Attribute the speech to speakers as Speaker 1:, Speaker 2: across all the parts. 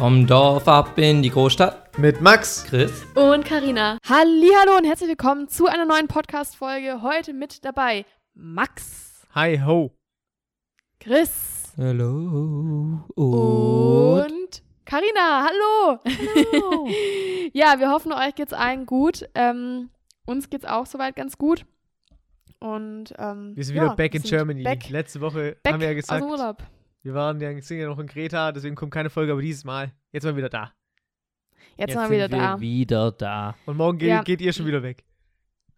Speaker 1: Vom Dorf ab in die Großstadt.
Speaker 2: Mit Max.
Speaker 1: Chris.
Speaker 3: Und Karina.
Speaker 4: Hallo und herzlich willkommen zu einer neuen Podcast Folge. Heute mit dabei Max,
Speaker 2: Hi ho.
Speaker 4: Chris
Speaker 1: Hallo.
Speaker 4: und Karina. Hallo. ja, wir hoffen, euch geht's allen gut. Ähm, uns geht's auch soweit ganz gut. Und ähm,
Speaker 2: Wir sind
Speaker 4: ja,
Speaker 2: wieder back in
Speaker 4: sind
Speaker 2: Germany.
Speaker 4: Back,
Speaker 2: Letzte Woche
Speaker 4: back
Speaker 2: haben wir ja
Speaker 4: aus
Speaker 2: gesagt,
Speaker 4: dem Urlaub.
Speaker 2: wir waren ja, sind ja noch in Kreta, deswegen kommt keine Folge, aber dieses Mal, jetzt mal wieder da.
Speaker 4: Jetzt, sind wir wieder
Speaker 1: sind
Speaker 4: da.
Speaker 1: Wir wieder da.
Speaker 2: Und morgen ge
Speaker 4: Ja.
Speaker 2: geht ihr schon wieder weg.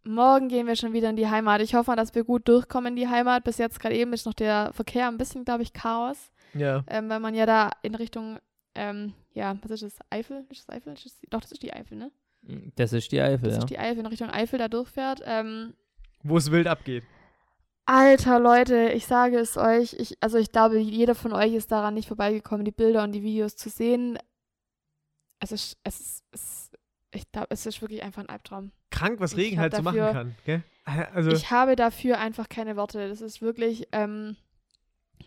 Speaker 4: Morgen gehen wir schon wieder in die Heimat. Ich hoffe, mal, dass wir gut durchkommen in die Heimat. Bis jetzt gerade eben ist noch der Verkehr ein bisschen, glaube ich, Chaos.
Speaker 2: Ja.
Speaker 4: ähm, weil man ja da in Richtung, ähm, ja, was ist das? Eifel? Ist das Eifel? Ist das, doch, das ist die Eifel, ne?
Speaker 1: Das ist die Eifel,
Speaker 4: Das
Speaker 1: ja.
Speaker 4: ist die Eifel, in Richtung Eifel da durchfährt. Ähm,
Speaker 2: Wo es wild abgeht.
Speaker 4: alter Leute, ich sage es euch, ich, also ich glaube, jeder von euch ist daran nicht vorbeigekommen, die Bilder und die Videos zu sehen. Es ist, es ist, es ist ich glaube, es ist wirklich einfach ein Albtraum.
Speaker 2: Krank, was
Speaker 4: Ich
Speaker 2: Regen
Speaker 4: hab
Speaker 2: halt so machen
Speaker 4: dafür-
Speaker 2: kann. Gell? Also,
Speaker 4: Ich habe dafür einfach keine Worte. Das ist wirklich. Ähm,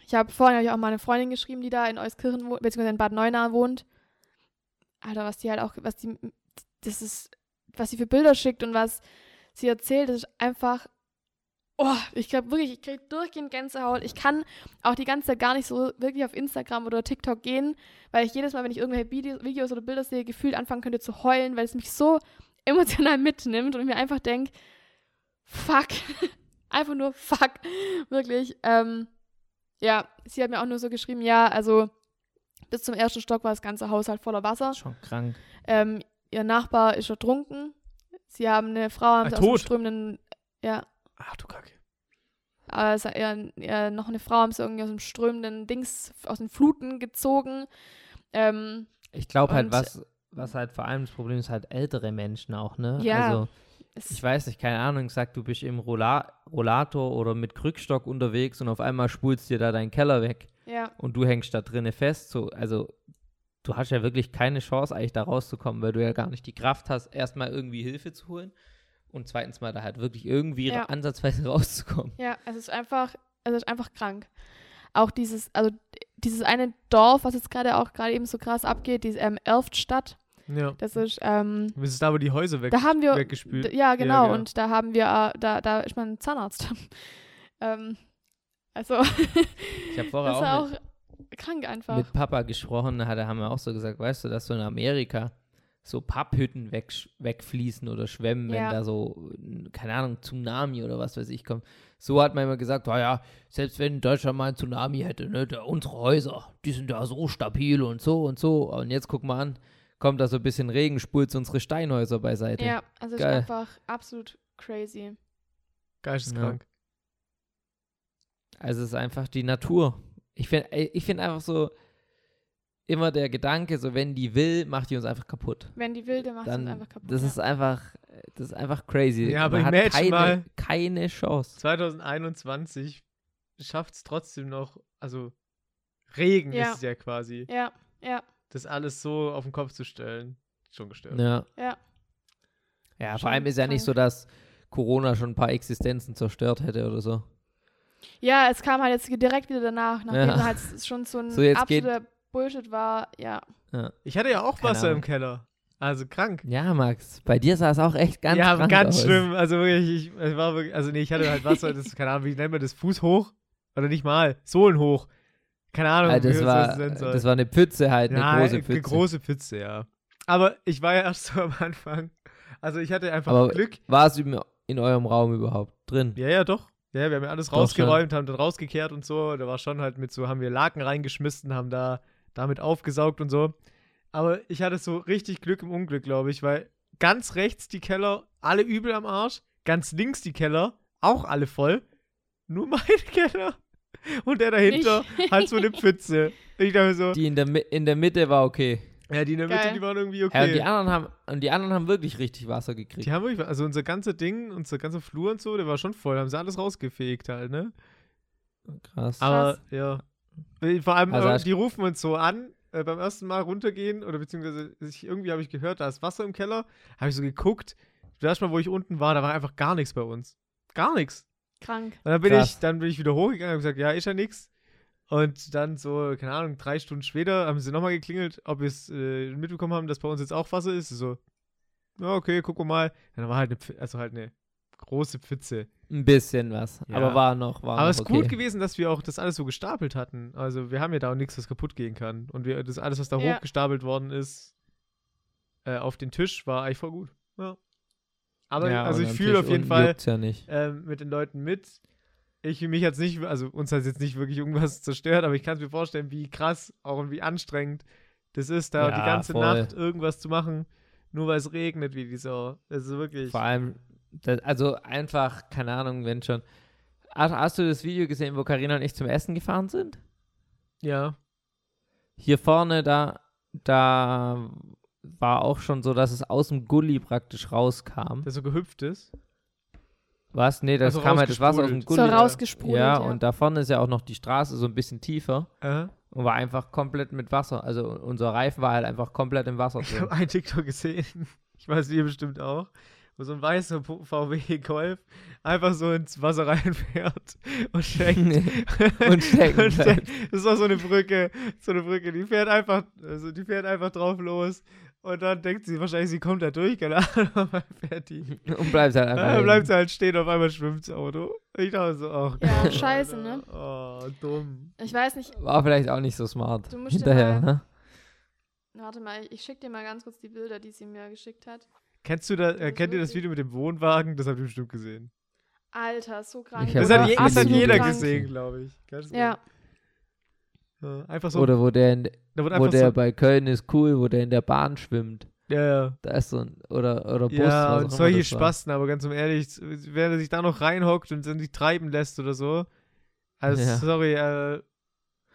Speaker 4: ich habe vorhin hab ich auch mal eine Freundin geschrieben, die da in Euskirchen wohnt, beziehungsweise in Bad Neuenahr wohnt. Alter, was die halt auch, was die, das ist, was sie für Bilder schickt und was sie erzählt, das ist einfach. Oh, ich glaube wirklich, ich kriege durchgehend Gänsehaut. Ich kann auch die ganze Zeit gar nicht so wirklich auf Instagram oder TikTok gehen, weil ich jedes Mal, wenn ich irgendwelche Videos, Videos oder Bilder sehe, gefühlt anfangen könnte zu heulen, weil es mich so emotional mitnimmt und ich mir einfach denke, fuck. Einfach nur fuck. Wirklich. Ähm, ja, sie hat mir auch nur so geschrieben, ja, also bis zum ersten Stock war das ganze Haus halt voller Wasser.
Speaker 1: Schon krank.
Speaker 4: Ähm, ihr Nachbar ist ertrunken. Sie haben eine Frau haben
Speaker 2: Ah,
Speaker 4: sie aus dem
Speaker 2: tot.
Speaker 4: strömenden, ja,
Speaker 2: ach du Kacke.
Speaker 4: aber es, äh, äh, noch eine Frau haben sie irgendwie aus dem strömenden Dings, aus den Fluten gezogen. Ähm,
Speaker 1: Ich glaube halt,
Speaker 4: Und-
Speaker 1: was, was halt vor allem das Problem ist, halt ältere Menschen auch, ne?
Speaker 4: Ja.
Speaker 1: Also,
Speaker 4: es,
Speaker 1: ich weiß nicht, keine Ahnung, sag, du bist im Rolla Rollator oder mit Krückstock unterwegs und auf einmal spulst dir da deinen Keller weg.
Speaker 4: ja,
Speaker 1: und du hängst da drinne fest, so, also du hast ja wirklich keine Chance, eigentlich da rauszukommen, weil du ja gar nicht die Kraft hast, erstmal irgendwie Hilfe zu holen und zweitens mal da halt wirklich irgendwie
Speaker 4: Ja.
Speaker 1: ra- ansatzweise rauszukommen.
Speaker 4: Ja, es ist einfach, es ist einfach krank. Auch dieses, also dieses eine Dorf, was jetzt gerade auch gerade eben so krass abgeht, diese ähm, Elftstadt,
Speaker 2: Ja.
Speaker 4: das ist, ähm,
Speaker 2: Das ist da, wo die Häuser weg,
Speaker 4: da haben wir,
Speaker 2: weggespült
Speaker 4: d- ja genau,
Speaker 2: ja.
Speaker 4: und da haben wir, äh, da, da ist mein Zahnarzt. ähm, also,
Speaker 1: Ich habe
Speaker 4: das
Speaker 1: vorher
Speaker 4: ist
Speaker 1: auch,
Speaker 4: auch krank
Speaker 1: mit,
Speaker 4: einfach.
Speaker 1: mit Papa gesprochen, da hat er- haben wir auch so gesagt, weißt du, dass so in Amerika so Papphütten weg, wegfließen oder schwemmen, wenn
Speaker 4: Ja.
Speaker 1: da so, keine Ahnung, Tsunami oder was weiß ich kommt. So hat man immer gesagt, naja, selbst wenn Deutschland mal einen Tsunami hätte, ne, da, unsere Häuser, die sind da so stabil und so und so. Und jetzt guck mal an, kommt da so ein bisschen Regen, spult unsere Steinhäuser beiseite.
Speaker 4: ja, also es ist
Speaker 1: E Geil.
Speaker 4: einfach absolut crazy.
Speaker 2: Geisteskrank.
Speaker 1: Also es ist einfach die Natur. Ich finde ich find einfach so immer der Gedanke, so wenn die will, macht die uns einfach kaputt.
Speaker 4: Wenn die Wilde macht,
Speaker 1: dann,
Speaker 4: ist einfach kaputt.
Speaker 1: das
Speaker 4: ja.
Speaker 1: ist einfach, das ist einfach crazy.
Speaker 2: Ja, aber
Speaker 1: Man hat
Speaker 2: imagine
Speaker 1: keine,
Speaker 2: mal.
Speaker 1: keine Chance.
Speaker 2: 2021 schafft es trotzdem noch, also Regen
Speaker 4: Ja.
Speaker 2: ist es ja quasi.
Speaker 4: ja, ja,
Speaker 2: Das alles so auf den Kopf zu stellen, schon gestört.
Speaker 1: Ja.
Speaker 4: ja.
Speaker 1: ja, vor
Speaker 4: Schon
Speaker 1: allem ist ja nicht
Speaker 4: krank.
Speaker 1: so, dass Corona schon ein paar Existenzen zerstört hätte oder so.
Speaker 4: Ja, es kam halt jetzt direkt wieder danach, nachdem
Speaker 1: Ja.
Speaker 4: halt s- schon so ein
Speaker 1: So, jetzt geht-
Speaker 4: absoluter Bullshit war. Ja,
Speaker 2: Ich hatte ja auch
Speaker 1: Keine
Speaker 2: Wasser
Speaker 1: Ahnung.
Speaker 2: im Keller. Also krank.
Speaker 1: Ja, Max, bei dir sah es auch echt ganz
Speaker 2: ja,
Speaker 1: krank
Speaker 2: ganz
Speaker 1: aus.
Speaker 2: schlimm. Also wirklich, ich, es war wirklich, also nee, ich hatte halt Wasser, das, keine Ahnung, wie nennt man das? Fuß hoch? Oder nicht mal, Sohlen hoch. Keine Ahnung,
Speaker 1: Ja, Also das,
Speaker 2: wie-
Speaker 1: war,
Speaker 2: was sein soll.
Speaker 1: das war eine Pfütze halt, eine
Speaker 2: ja,
Speaker 1: große Pfütze.
Speaker 2: Eine große Pfütze, ja. Aber ich war ja erst so am Anfang. Also ich hatte einfach
Speaker 1: Aber-
Speaker 2: Glück.
Speaker 1: War es im- in eurem Raum überhaupt drin?
Speaker 2: Ja, ja, doch. Ja, wir haben ja alles
Speaker 1: Doch,
Speaker 2: rausgeräumt, haben dann rausgekehrt und so. Da war schon halt mit so, haben wir Laken reingeschmissen, haben da damit aufgesaugt und so. Aber ich hatte so richtig Glück im Unglück, glaube ich, weil ganz rechts die Keller, alle übel am Arsch, ganz links die Keller, auch alle voll. Nur mein Keller. Und der dahinter hat so eine Pfütze. Ich dachte mir so,
Speaker 1: Die in der, Mi- in der Mitte war okay.
Speaker 2: ja, die in der Mitte,
Speaker 4: Geil.
Speaker 2: die waren irgendwie
Speaker 1: Ja, und,
Speaker 2: okay.
Speaker 1: die anderen haben, und die anderen haben wirklich richtig Wasser gekriegt.
Speaker 2: Die haben wirklich, also unser ganze Ding, unser ganzer Flur und so, der war schon voll, haben sie alles rausgefegt halt, ne?
Speaker 1: Krass.
Speaker 2: Aber ja. Äh, Vor allem,
Speaker 1: Also
Speaker 2: äh,
Speaker 1: hast-
Speaker 2: die rufen uns so an, äh, beim ersten Mal runtergehen oder beziehungsweise ich, irgendwie habe ich gehört, da ist Wasser im Keller, habe ich so geguckt. Das erste Mal, wo ich unten war, da war einfach gar nichts bei uns. Gar nichts.
Speaker 4: krank.
Speaker 2: Und dann bin
Speaker 1: Krass.
Speaker 2: ich, dann bin ich wieder hochgegangen und gesagt, ja, ist ja nichts. Und dann so, keine Ahnung, drei Stunden später haben sie nochmal geklingelt, ob wir es äh, mitbekommen haben, dass bei uns jetzt auch Wasser ist. So, ja, okay, gucken wir mal. Dann war halt eine, Pf- also halt eine große Pfütze.
Speaker 1: Ein bisschen was.
Speaker 2: Ja.
Speaker 1: Aber war noch, war
Speaker 2: Aber
Speaker 1: noch
Speaker 2: es ist
Speaker 1: okay.
Speaker 2: gut gewesen, dass wir auch das alles so gestapelt hatten. Also wir haben ja da auch nichts, was kaputt gehen kann. Und wir, das alles, was da
Speaker 4: Ja.
Speaker 2: hochgestapelt worden ist, äh, auf den Tisch, war eigentlich voll gut. Ja. Aber
Speaker 1: Ja,
Speaker 2: also
Speaker 1: und
Speaker 2: ich
Speaker 1: am
Speaker 2: fühle
Speaker 1: Tisch
Speaker 2: auf jeden
Speaker 1: unten
Speaker 2: Fall
Speaker 1: juckt's ja nicht.
Speaker 2: ähm, mit den Leuten mit. Ich mich jetzt nicht, also uns hat jetzt nicht wirklich irgendwas zerstört, aber ich kann es mir vorstellen, wie krass auch und wie anstrengend das ist, da
Speaker 1: Ja,
Speaker 2: die ganze
Speaker 1: voll.
Speaker 2: Nacht irgendwas zu machen, nur weil es regnet wie die Sau. Das ist wirklich.
Speaker 1: Vor allem, das, also einfach, keine Ahnung, wenn schon. Hast, hast du das Video gesehen, wo Karina und ich zum Essen gefahren sind?
Speaker 2: Ja.
Speaker 1: Hier vorne, da, da war auch schon so, dass es aus dem Gully praktisch rauskam.
Speaker 2: Der so gehüpft ist.
Speaker 1: Was? Nee, das
Speaker 2: Also
Speaker 1: kam halt das Wasser aus dem
Speaker 4: So
Speaker 1: Gully.
Speaker 4: rausgesprudelt.
Speaker 1: ja, und da vorne ist ja auch noch die Straße so ein bisschen tiefer
Speaker 2: Aha.
Speaker 1: und war einfach komplett mit Wasser. Also unser Reifen war halt einfach komplett im Wasser
Speaker 2: Ich
Speaker 1: drin.
Speaker 2: habe einen TikTok gesehen. Ich weiß, ihr bestimmt auch. Wo so ein weißer Pu- VW Golf einfach so ins Wasser reinfährt und schenkt.
Speaker 1: Und stecken bleibt.
Speaker 2: Und stecken. Das war so eine Brücke. So eine Brücke. Die fährt einfach, also die fährt einfach drauf los. Und dann denkt sie wahrscheinlich, sie kommt da durch, keine Ahnung, aber fährt die.
Speaker 1: Und bleibt halt einfach.
Speaker 2: Dann
Speaker 1: hängen.
Speaker 2: bleibt sie halt stehen, auf einmal schwimmt das Auto. Ich dachte so, ach
Speaker 4: Ja,
Speaker 2: Gott,
Speaker 4: scheiße,
Speaker 2: Alter.
Speaker 4: ne?
Speaker 2: Oh, dumm.
Speaker 4: Ich weiß nicht,
Speaker 2: halt
Speaker 1: War vielleicht auch nicht so smart.
Speaker 4: Du musst dir
Speaker 1: Hinterher,
Speaker 4: mal-
Speaker 1: ne?
Speaker 4: warte mal, ich schicke dir mal ganz kurz die Bilder, die sie mir geschickt hat.
Speaker 2: Kennst du da, äh,
Speaker 4: Das
Speaker 2: kennt ihr das
Speaker 4: wirklich-
Speaker 2: Video mit dem Wohnwagen? Das habt ihr bestimmt gesehen.
Speaker 4: Alter, so krank.
Speaker 1: Ich hab
Speaker 2: Das
Speaker 1: Ja,
Speaker 2: hat,
Speaker 1: aber
Speaker 2: je, das hat
Speaker 1: absolut
Speaker 2: jeder
Speaker 1: krank.
Speaker 2: gesehen, glaube ich. Ganz genau.
Speaker 4: Ja,
Speaker 2: Ja, einfach so.
Speaker 1: Oder wo der, in,
Speaker 2: da wird
Speaker 1: wo
Speaker 2: einfach
Speaker 1: der
Speaker 2: so.
Speaker 1: bei Köln ist cool, wo der in der Bahn schwimmt.
Speaker 2: Ja, ja.
Speaker 1: Da ist so ein, oder, oder Bus.
Speaker 2: ja,
Speaker 1: was
Speaker 2: und
Speaker 1: auch
Speaker 2: solche
Speaker 1: immer das war.
Speaker 2: Spasten, aber ganz um ehrlich, wenn er sich da noch reinhockt und dann sich treiben lässt oder so. Also,
Speaker 1: Ja.
Speaker 2: sorry, äh,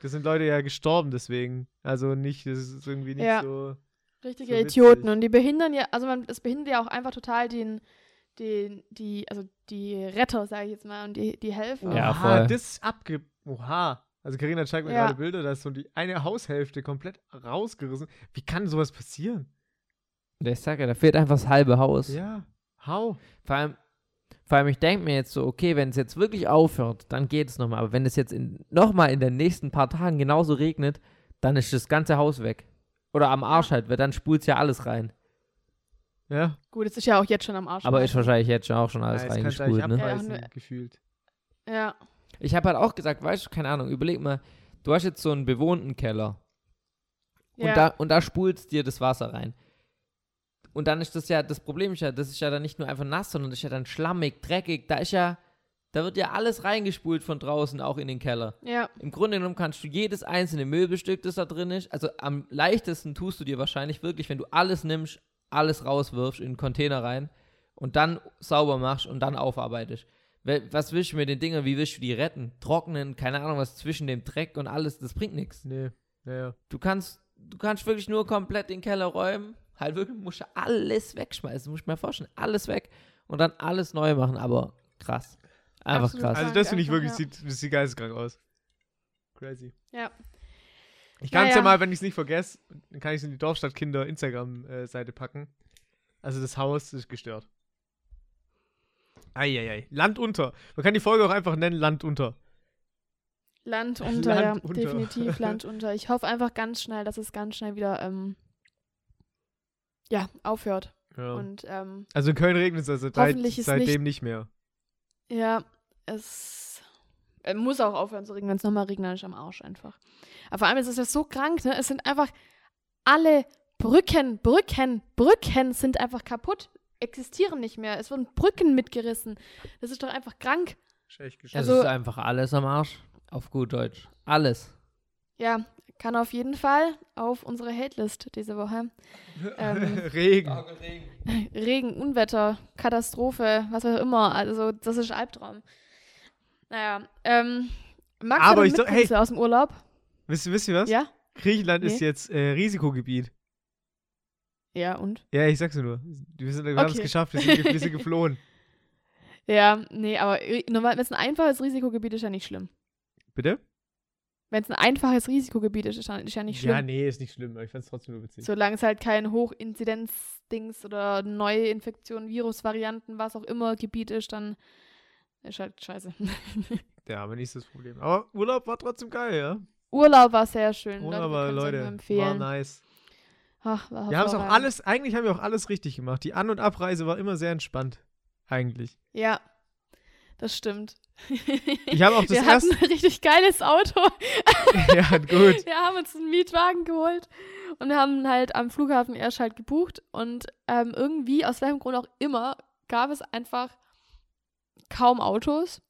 Speaker 2: das sind Leute ja gestorben deswegen. Also nicht, das ist irgendwie nicht
Speaker 4: Ja.
Speaker 2: so.
Speaker 4: richtige
Speaker 2: So witzig.
Speaker 4: Idioten. Und die behindern ja, also man, es behindert ja auch einfach total den, den, die, also die Retter, sage ich jetzt mal, und die, die Helfer.
Speaker 1: Ja,
Speaker 2: Oha,
Speaker 1: voll.
Speaker 2: das abge. Oha. Also Karina zeigt mir
Speaker 4: Ja.
Speaker 2: gerade Bilder, da ist so die eine Haushälfte komplett rausgerissen. Wie kann sowas passieren?
Speaker 1: Ich sag ja, da fehlt einfach das halbe Haus.
Speaker 2: Ja. How?
Speaker 1: Vor allem, vor allem ich denke mir jetzt so, okay, wenn es jetzt wirklich aufhört, dann geht es nochmal. Aber wenn es jetzt in, nochmal in den nächsten paar Tagen genauso regnet, dann ist das ganze Haus weg. Oder am Arsch halt, weil dann spult ja alles rein.
Speaker 2: Ja.
Speaker 4: Gut, es ist ja auch jetzt schon am Arsch. ne?
Speaker 1: Aber ist wahrscheinlich jetzt schon auch schon alles
Speaker 2: ja, das kannst du eigentlich
Speaker 1: reingespult, ne?
Speaker 2: abreißen,
Speaker 4: Ja, nur-
Speaker 2: gefühlt.
Speaker 4: Ja,
Speaker 1: Ich habe halt auch gesagt, weißt du, keine Ahnung, überleg mal, du hast jetzt so einen bewohnten Keller.
Speaker 4: ja.
Speaker 1: Und da, und da spulst dir das Wasser rein. Und dann ist das ja, das Problem ist ja, das ist ja dann nicht nur einfach nass, sondern das ist ja dann schlammig, dreckig. Da ist ja, da wird ja alles reingespult von draußen, auch in den Keller.
Speaker 4: ja,
Speaker 1: Im Grunde genommen kannst du jedes einzelne Möbelstück, das da drin ist, also am leichtesten tust du dir wahrscheinlich wirklich, wenn du alles nimmst, alles rauswirfst in den Container rein und dann sauber machst und dann aufarbeitest. We- Was willst du mit den Dingen? Wie willst du die retten? Trocknen, keine Ahnung, was zwischen dem Dreck und alles, das bringt nichts.
Speaker 2: Nee. Naja.
Speaker 1: Du kannst, du kannst wirklich nur komplett den Keller räumen. Halt wirklich, musst du alles wegschmeißen, muss ich mir vorstellen. Alles weg und dann alles neu machen, aber krass. Einfach
Speaker 4: Absolut
Speaker 1: krass.
Speaker 2: Also
Speaker 4: Krank
Speaker 2: das finde ich
Speaker 4: einfach,
Speaker 2: wirklich,
Speaker 4: ja.
Speaker 2: sieht, das sieht geisteskrank aus. Crazy.
Speaker 4: Ja.
Speaker 2: Ich kann es ja.
Speaker 4: Naja.
Speaker 2: mal, wenn ich es nicht vergesse, dann kann ich es in die Dorfstadtkinder Instagram-Seite packen. Also das Haus ist gestört. Eieiei. Land unter. Man kann die Folge auch einfach nennen Land unter.
Speaker 4: Land unter,
Speaker 2: Land
Speaker 4: ja,
Speaker 2: unter.
Speaker 4: definitiv Land unter. Ich hoffe einfach ganz schnell, dass es ganz schnell wieder, ähm, ja, aufhört. Und, ähm,
Speaker 2: Also in Köln regnet es also seit,
Speaker 4: Hoffentlich ist
Speaker 2: seitdem nicht, mehr.
Speaker 4: Ja, es äh, muss auch aufhören zu regnen, wenn es nochmal regnet, dann ist am Arsch einfach. Aber vor allem ist es ja so krank, ne? Es sind einfach alle Brücken, Brücken, Brücken sind einfach kaputt, existieren nicht mehr. Es wurden Brücken mitgerissen. Das ist doch einfach krank.
Speaker 2: Ist echt gestört.
Speaker 1: Es
Speaker 4: Also-
Speaker 1: ist einfach alles am Arsch. Auf gut Deutsch. Alles.
Speaker 4: Ja, kann auf jeden Fall auf unsere Hate-List diese Woche. Ähm,
Speaker 2: Regen.
Speaker 4: Regen, Unwetter, Katastrophe, was auch immer. Also, das ist Albtraum. Naja, ähm, Max
Speaker 2: Aber
Speaker 4: hat
Speaker 2: ich so- hey.
Speaker 4: Mitbringsel aus dem Urlaub.
Speaker 2: Wisst, ihr- wisst ihr was?
Speaker 4: Ja?
Speaker 2: Griechenland ist
Speaker 4: Nee.
Speaker 2: jetzt äh, Risikogebiet.
Speaker 4: Ja, und?
Speaker 2: Ja, ich sag's dir nur. Wir, sind- wir haben es
Speaker 4: Okay.
Speaker 2: geschafft. Wir sind, ge- wir sind geflohen.
Speaker 4: Ja, nee, aber äh, i- normal, wenn es ein einfaches Risikogebiet ist, ja nicht schlimm.
Speaker 2: Bitte?
Speaker 4: Wenn es ein einfaches Risikogebiet ist, ist ja, ist ja nicht schlimm.
Speaker 2: Ja, nee, ist nicht schlimm. Aber ich fand's trotzdem nur witzig.
Speaker 4: Solange es halt kein Hochinzidenz-Dings oder neue Infektionen, Virusvarianten, was auch immer Gebiet ist, dann ist halt scheiße.
Speaker 2: ja, aber nicht das Problem. Aber Urlaub war trotzdem geil, ja.
Speaker 4: Urlaub war sehr schön.
Speaker 2: Urlaub, war,
Speaker 4: wir
Speaker 2: Leute,
Speaker 4: können es euch nur
Speaker 2: war
Speaker 4: empfehlen.
Speaker 2: nice.
Speaker 4: Ach, war
Speaker 2: Wir haben es auch
Speaker 4: hervorragend.
Speaker 2: alles, eigentlich haben wir auch alles richtig gemacht. Die An- und Abreise war immer sehr entspannt. Eigentlich.
Speaker 4: Ja, das stimmt.
Speaker 2: Ich habe auch das
Speaker 4: wir hatten
Speaker 2: erste.
Speaker 4: ein richtig geiles Auto.
Speaker 2: ja, gut.
Speaker 4: Wir haben uns einen Mietwagen geholt und wir haben halt am Flughafen erst halt gebucht und ähm, irgendwie, aus welchem Grund auch immer, gab es einfach kaum Autos.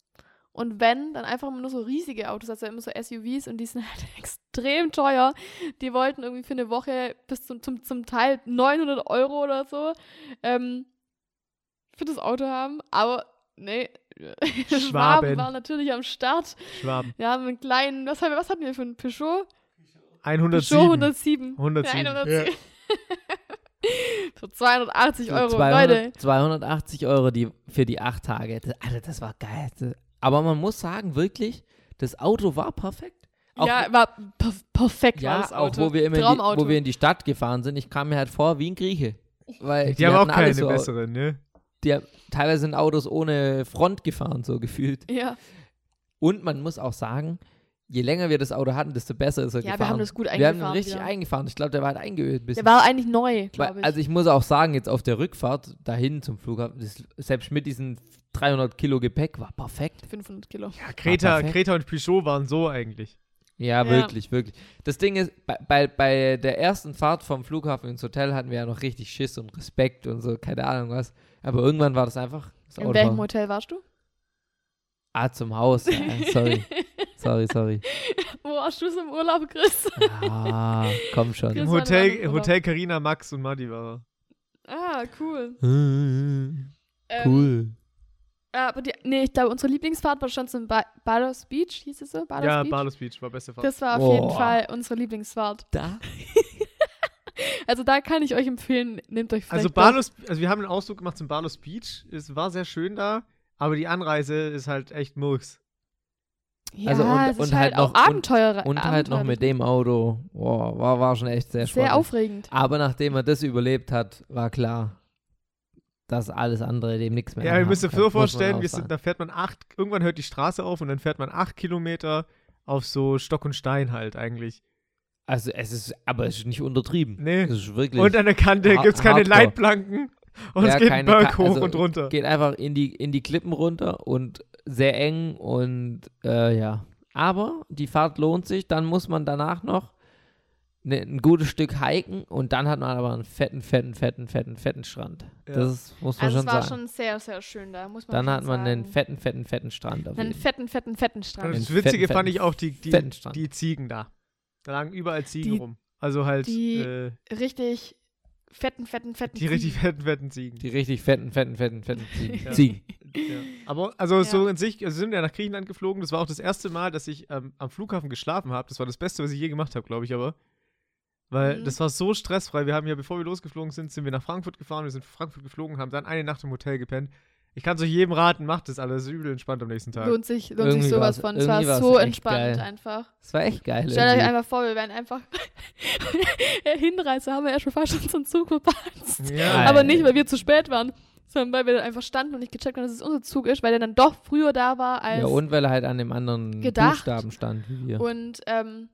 Speaker 4: Und wenn, dann einfach nur so riesige Autos, also immer so SUVs und die sind halt extrem teuer. Die wollten irgendwie für eine Woche bis zum, zum, zum Teil 900 Euro oder so ähm, für das Auto haben. Aber nee, Schwaben,
Speaker 2: Schwaben.
Speaker 4: waren natürlich am Start.
Speaker 2: Schwaben.
Speaker 4: Wir haben einen kleinen, was, haben wir, was hatten wir für einen Peugeot?
Speaker 2: 107.
Speaker 4: Peugeot 107.
Speaker 2: 107.
Speaker 4: Ja, 107. Für 280 Euro,
Speaker 1: 200,
Speaker 4: Leute.
Speaker 1: 280 Euro die, für die acht Tage. Das, Alter, das war geil. Das- Aber man muss sagen, wirklich, das Auto war perfekt. Auch,
Speaker 4: ja, war per perfekt war
Speaker 1: ja
Speaker 4: das
Speaker 1: auch
Speaker 4: Auto.
Speaker 1: wo, wir immer in die,
Speaker 4: Traumauto.
Speaker 1: wo wir in die Stadt gefahren sind. Ich kam mir halt vor wie ein Grieche. Weil
Speaker 2: Die, haben
Speaker 1: hatten
Speaker 2: auch
Speaker 1: alle
Speaker 2: keine
Speaker 1: so,
Speaker 2: besseren, ne?
Speaker 1: Die, haben- teilweise sind Autos ohne Front gefahren, so gefühlt.
Speaker 4: ja,
Speaker 1: Und man muss auch sagen, je länger wir das Auto hatten, desto besser ist er
Speaker 4: ja
Speaker 1: gefahren.
Speaker 4: wir haben das gut
Speaker 1: Wir haben
Speaker 4: eingefahren.
Speaker 1: ihn richtig
Speaker 4: wieder.
Speaker 1: eingefahren. Ich glaube, der war halt eingeölt ein bisschen.
Speaker 4: Der war eigentlich neu,
Speaker 1: Weil-
Speaker 4: glaube ich.
Speaker 1: Also ich muss auch sagen, jetzt auf der Rückfahrt dahin zum Flughafen, das, selbst mit diesen 300 Kilo Gepäck war perfekt.
Speaker 4: 500 Kilo.
Speaker 2: Ja, Kreta,
Speaker 1: perfekt.
Speaker 2: Kreta und Peugeot waren so eigentlich.
Speaker 1: Ja,
Speaker 4: Ja.
Speaker 1: wirklich, wirklich. Das Ding ist, bei, bei, bei der ersten Fahrt vom Flughafen ins Hotel hatten wir ja noch richtig Schiss und Respekt und so, keine Ahnung was. Aber irgendwann war das einfach das
Speaker 4: In welchem
Speaker 1: Autofahren.
Speaker 4: Hotel warst du?
Speaker 1: Ah, zum Haus. Ja, sorry, sorry, sorry.
Speaker 4: Wo warst du so im Urlaub, Chris?
Speaker 1: Ah, komm schon.
Speaker 4: Das
Speaker 2: Im
Speaker 4: war eine
Speaker 2: Hotel,
Speaker 4: andere
Speaker 2: Hotel Carina, Max und Madi war.
Speaker 4: Ah, cool.
Speaker 1: Ah, Cool.
Speaker 4: Ähm, Aber die, nee, ich glaube, unsere Lieblingsfahrt war schon zum ba Bados Beach, hieß es so? Bados
Speaker 2: ja,
Speaker 4: Beach?
Speaker 2: Barlos Beach war beste Fahrt.
Speaker 4: Das war auf
Speaker 1: Boah.
Speaker 4: jeden Fall unsere Lieblingsfahrt.
Speaker 1: Da?
Speaker 4: Also da kann ich euch empfehlen, nehmt euch vielleicht
Speaker 2: Also
Speaker 4: doch-
Speaker 2: Barlos, also wir haben einen Ausflug gemacht zum Barlos Beach. Es war sehr schön da, aber die Anreise ist halt echt Murks.
Speaker 4: Ja,
Speaker 1: Also und-
Speaker 4: es ist
Speaker 1: und halt
Speaker 4: halt, auch
Speaker 1: noch- und-
Speaker 4: Abenteurer.
Speaker 1: Und halt noch mit dem Auto. Boah, war, war schon echt sehr
Speaker 4: Sehr,
Speaker 1: spannend.
Speaker 4: aufregend.
Speaker 1: Aber nachdem er das überlebt hat, war klar, dass alles andere dem nichts mehr
Speaker 2: Ja, ihr
Speaker 1: anhaben
Speaker 2: müsst euch
Speaker 1: kann,
Speaker 2: so
Speaker 1: muss man
Speaker 2: vorstellen,
Speaker 1: auch
Speaker 2: wir sind,
Speaker 1: sagen.
Speaker 2: da fährt man acht, irgendwann hört die Straße auf und dann fährt man acht Kilometer auf so Stock und Stein halt eigentlich.
Speaker 1: Also es ist, aber es ist nicht untertrieben.
Speaker 2: Nee.
Speaker 1: Es ist wirklich,
Speaker 2: Und an der Kante
Speaker 1: Ha-
Speaker 2: gibt es keine
Speaker 1: hardcore.
Speaker 2: Leitplanken und es
Speaker 1: Ja,
Speaker 2: geht ein
Speaker 1: keine
Speaker 2: Berg
Speaker 1: Ka-
Speaker 2: hoch
Speaker 1: also
Speaker 2: und runter.
Speaker 1: geht einfach in die, in die Klippen runter und sehr eng und äh, ja. Aber die Fahrt lohnt sich, dann muss man danach noch ne, ein gutes Stück hiken und dann hat man aber einen fetten, fetten, fetten, fetten, fetten Strand.
Speaker 2: Ja.
Speaker 1: Das muss man
Speaker 4: also es
Speaker 1: schon
Speaker 4: war
Speaker 1: sagen.
Speaker 4: schon sehr, sehr schön da, muss man
Speaker 1: dann
Speaker 4: schon
Speaker 1: hat man
Speaker 4: sagen.
Speaker 1: einen fetten, fetten, fetten Strand. Auf
Speaker 4: einen
Speaker 1: jeden Fall.
Speaker 4: fetten, fetten, fetten
Speaker 2: Und
Speaker 4: Strand.
Speaker 1: Einen
Speaker 2: das
Speaker 1: fetten,
Speaker 2: Witzige fand
Speaker 1: fetten,
Speaker 2: ich auch die, die,
Speaker 1: fetten Strand.
Speaker 2: die Ziegen da. Da lagen überall Ziegen
Speaker 4: Die-
Speaker 2: rum. Also halt
Speaker 4: die-
Speaker 2: äh,
Speaker 4: Richtig fetten, fetten, fetten.
Speaker 2: die richtig
Speaker 4: Ziegen.
Speaker 2: fetten, fetten Ziegen.
Speaker 1: Die richtig fetten, fetten, fetten, fetten Ziegen.
Speaker 2: Ja.
Speaker 1: Ziegen.
Speaker 2: Ja. Aber also so in sich, also sind wir nach Griechenland geflogen. Das war auch das erste Mal, dass ich ähm, am Flughafen geschlafen habe. Das war das Beste, was ich je gemacht habe, glaube ich, aber. Weil
Speaker 4: Mhm.
Speaker 2: das war so stressfrei. Wir haben ja, bevor wir losgeflogen sind, sind wir nach Frankfurt gefahren. Wir sind von Frankfurt geflogen, haben dann eine Nacht im Hotel gepennt. Ich kann es euch jedem raten, macht das alles. Übel entspannt am nächsten Tag.
Speaker 4: Lohnt sich, lohnt
Speaker 1: Irgendwie
Speaker 4: sich sowas
Speaker 1: war's-
Speaker 4: von. Es war
Speaker 1: irgendwie war's
Speaker 4: so
Speaker 1: echt
Speaker 4: entspannt
Speaker 1: geil.
Speaker 4: einfach.
Speaker 1: Das war echt geil.
Speaker 4: Stellt euch
Speaker 1: irgendwie.
Speaker 4: einfach vor, wir wären einfach Hinreise, haben wir erstmal fast schon zum Zug verpasst.
Speaker 1: Alter.
Speaker 4: Aber nicht, weil wir zu spät waren, sondern weil wir dann einfach standen und nicht gecheckt haben, dass es unser Zug ist, weil der dann doch früher da war als
Speaker 1: ja, und weil er halt an dem anderen
Speaker 4: gedacht.
Speaker 1: Buchstaben stand wie wir.
Speaker 4: Und ähm,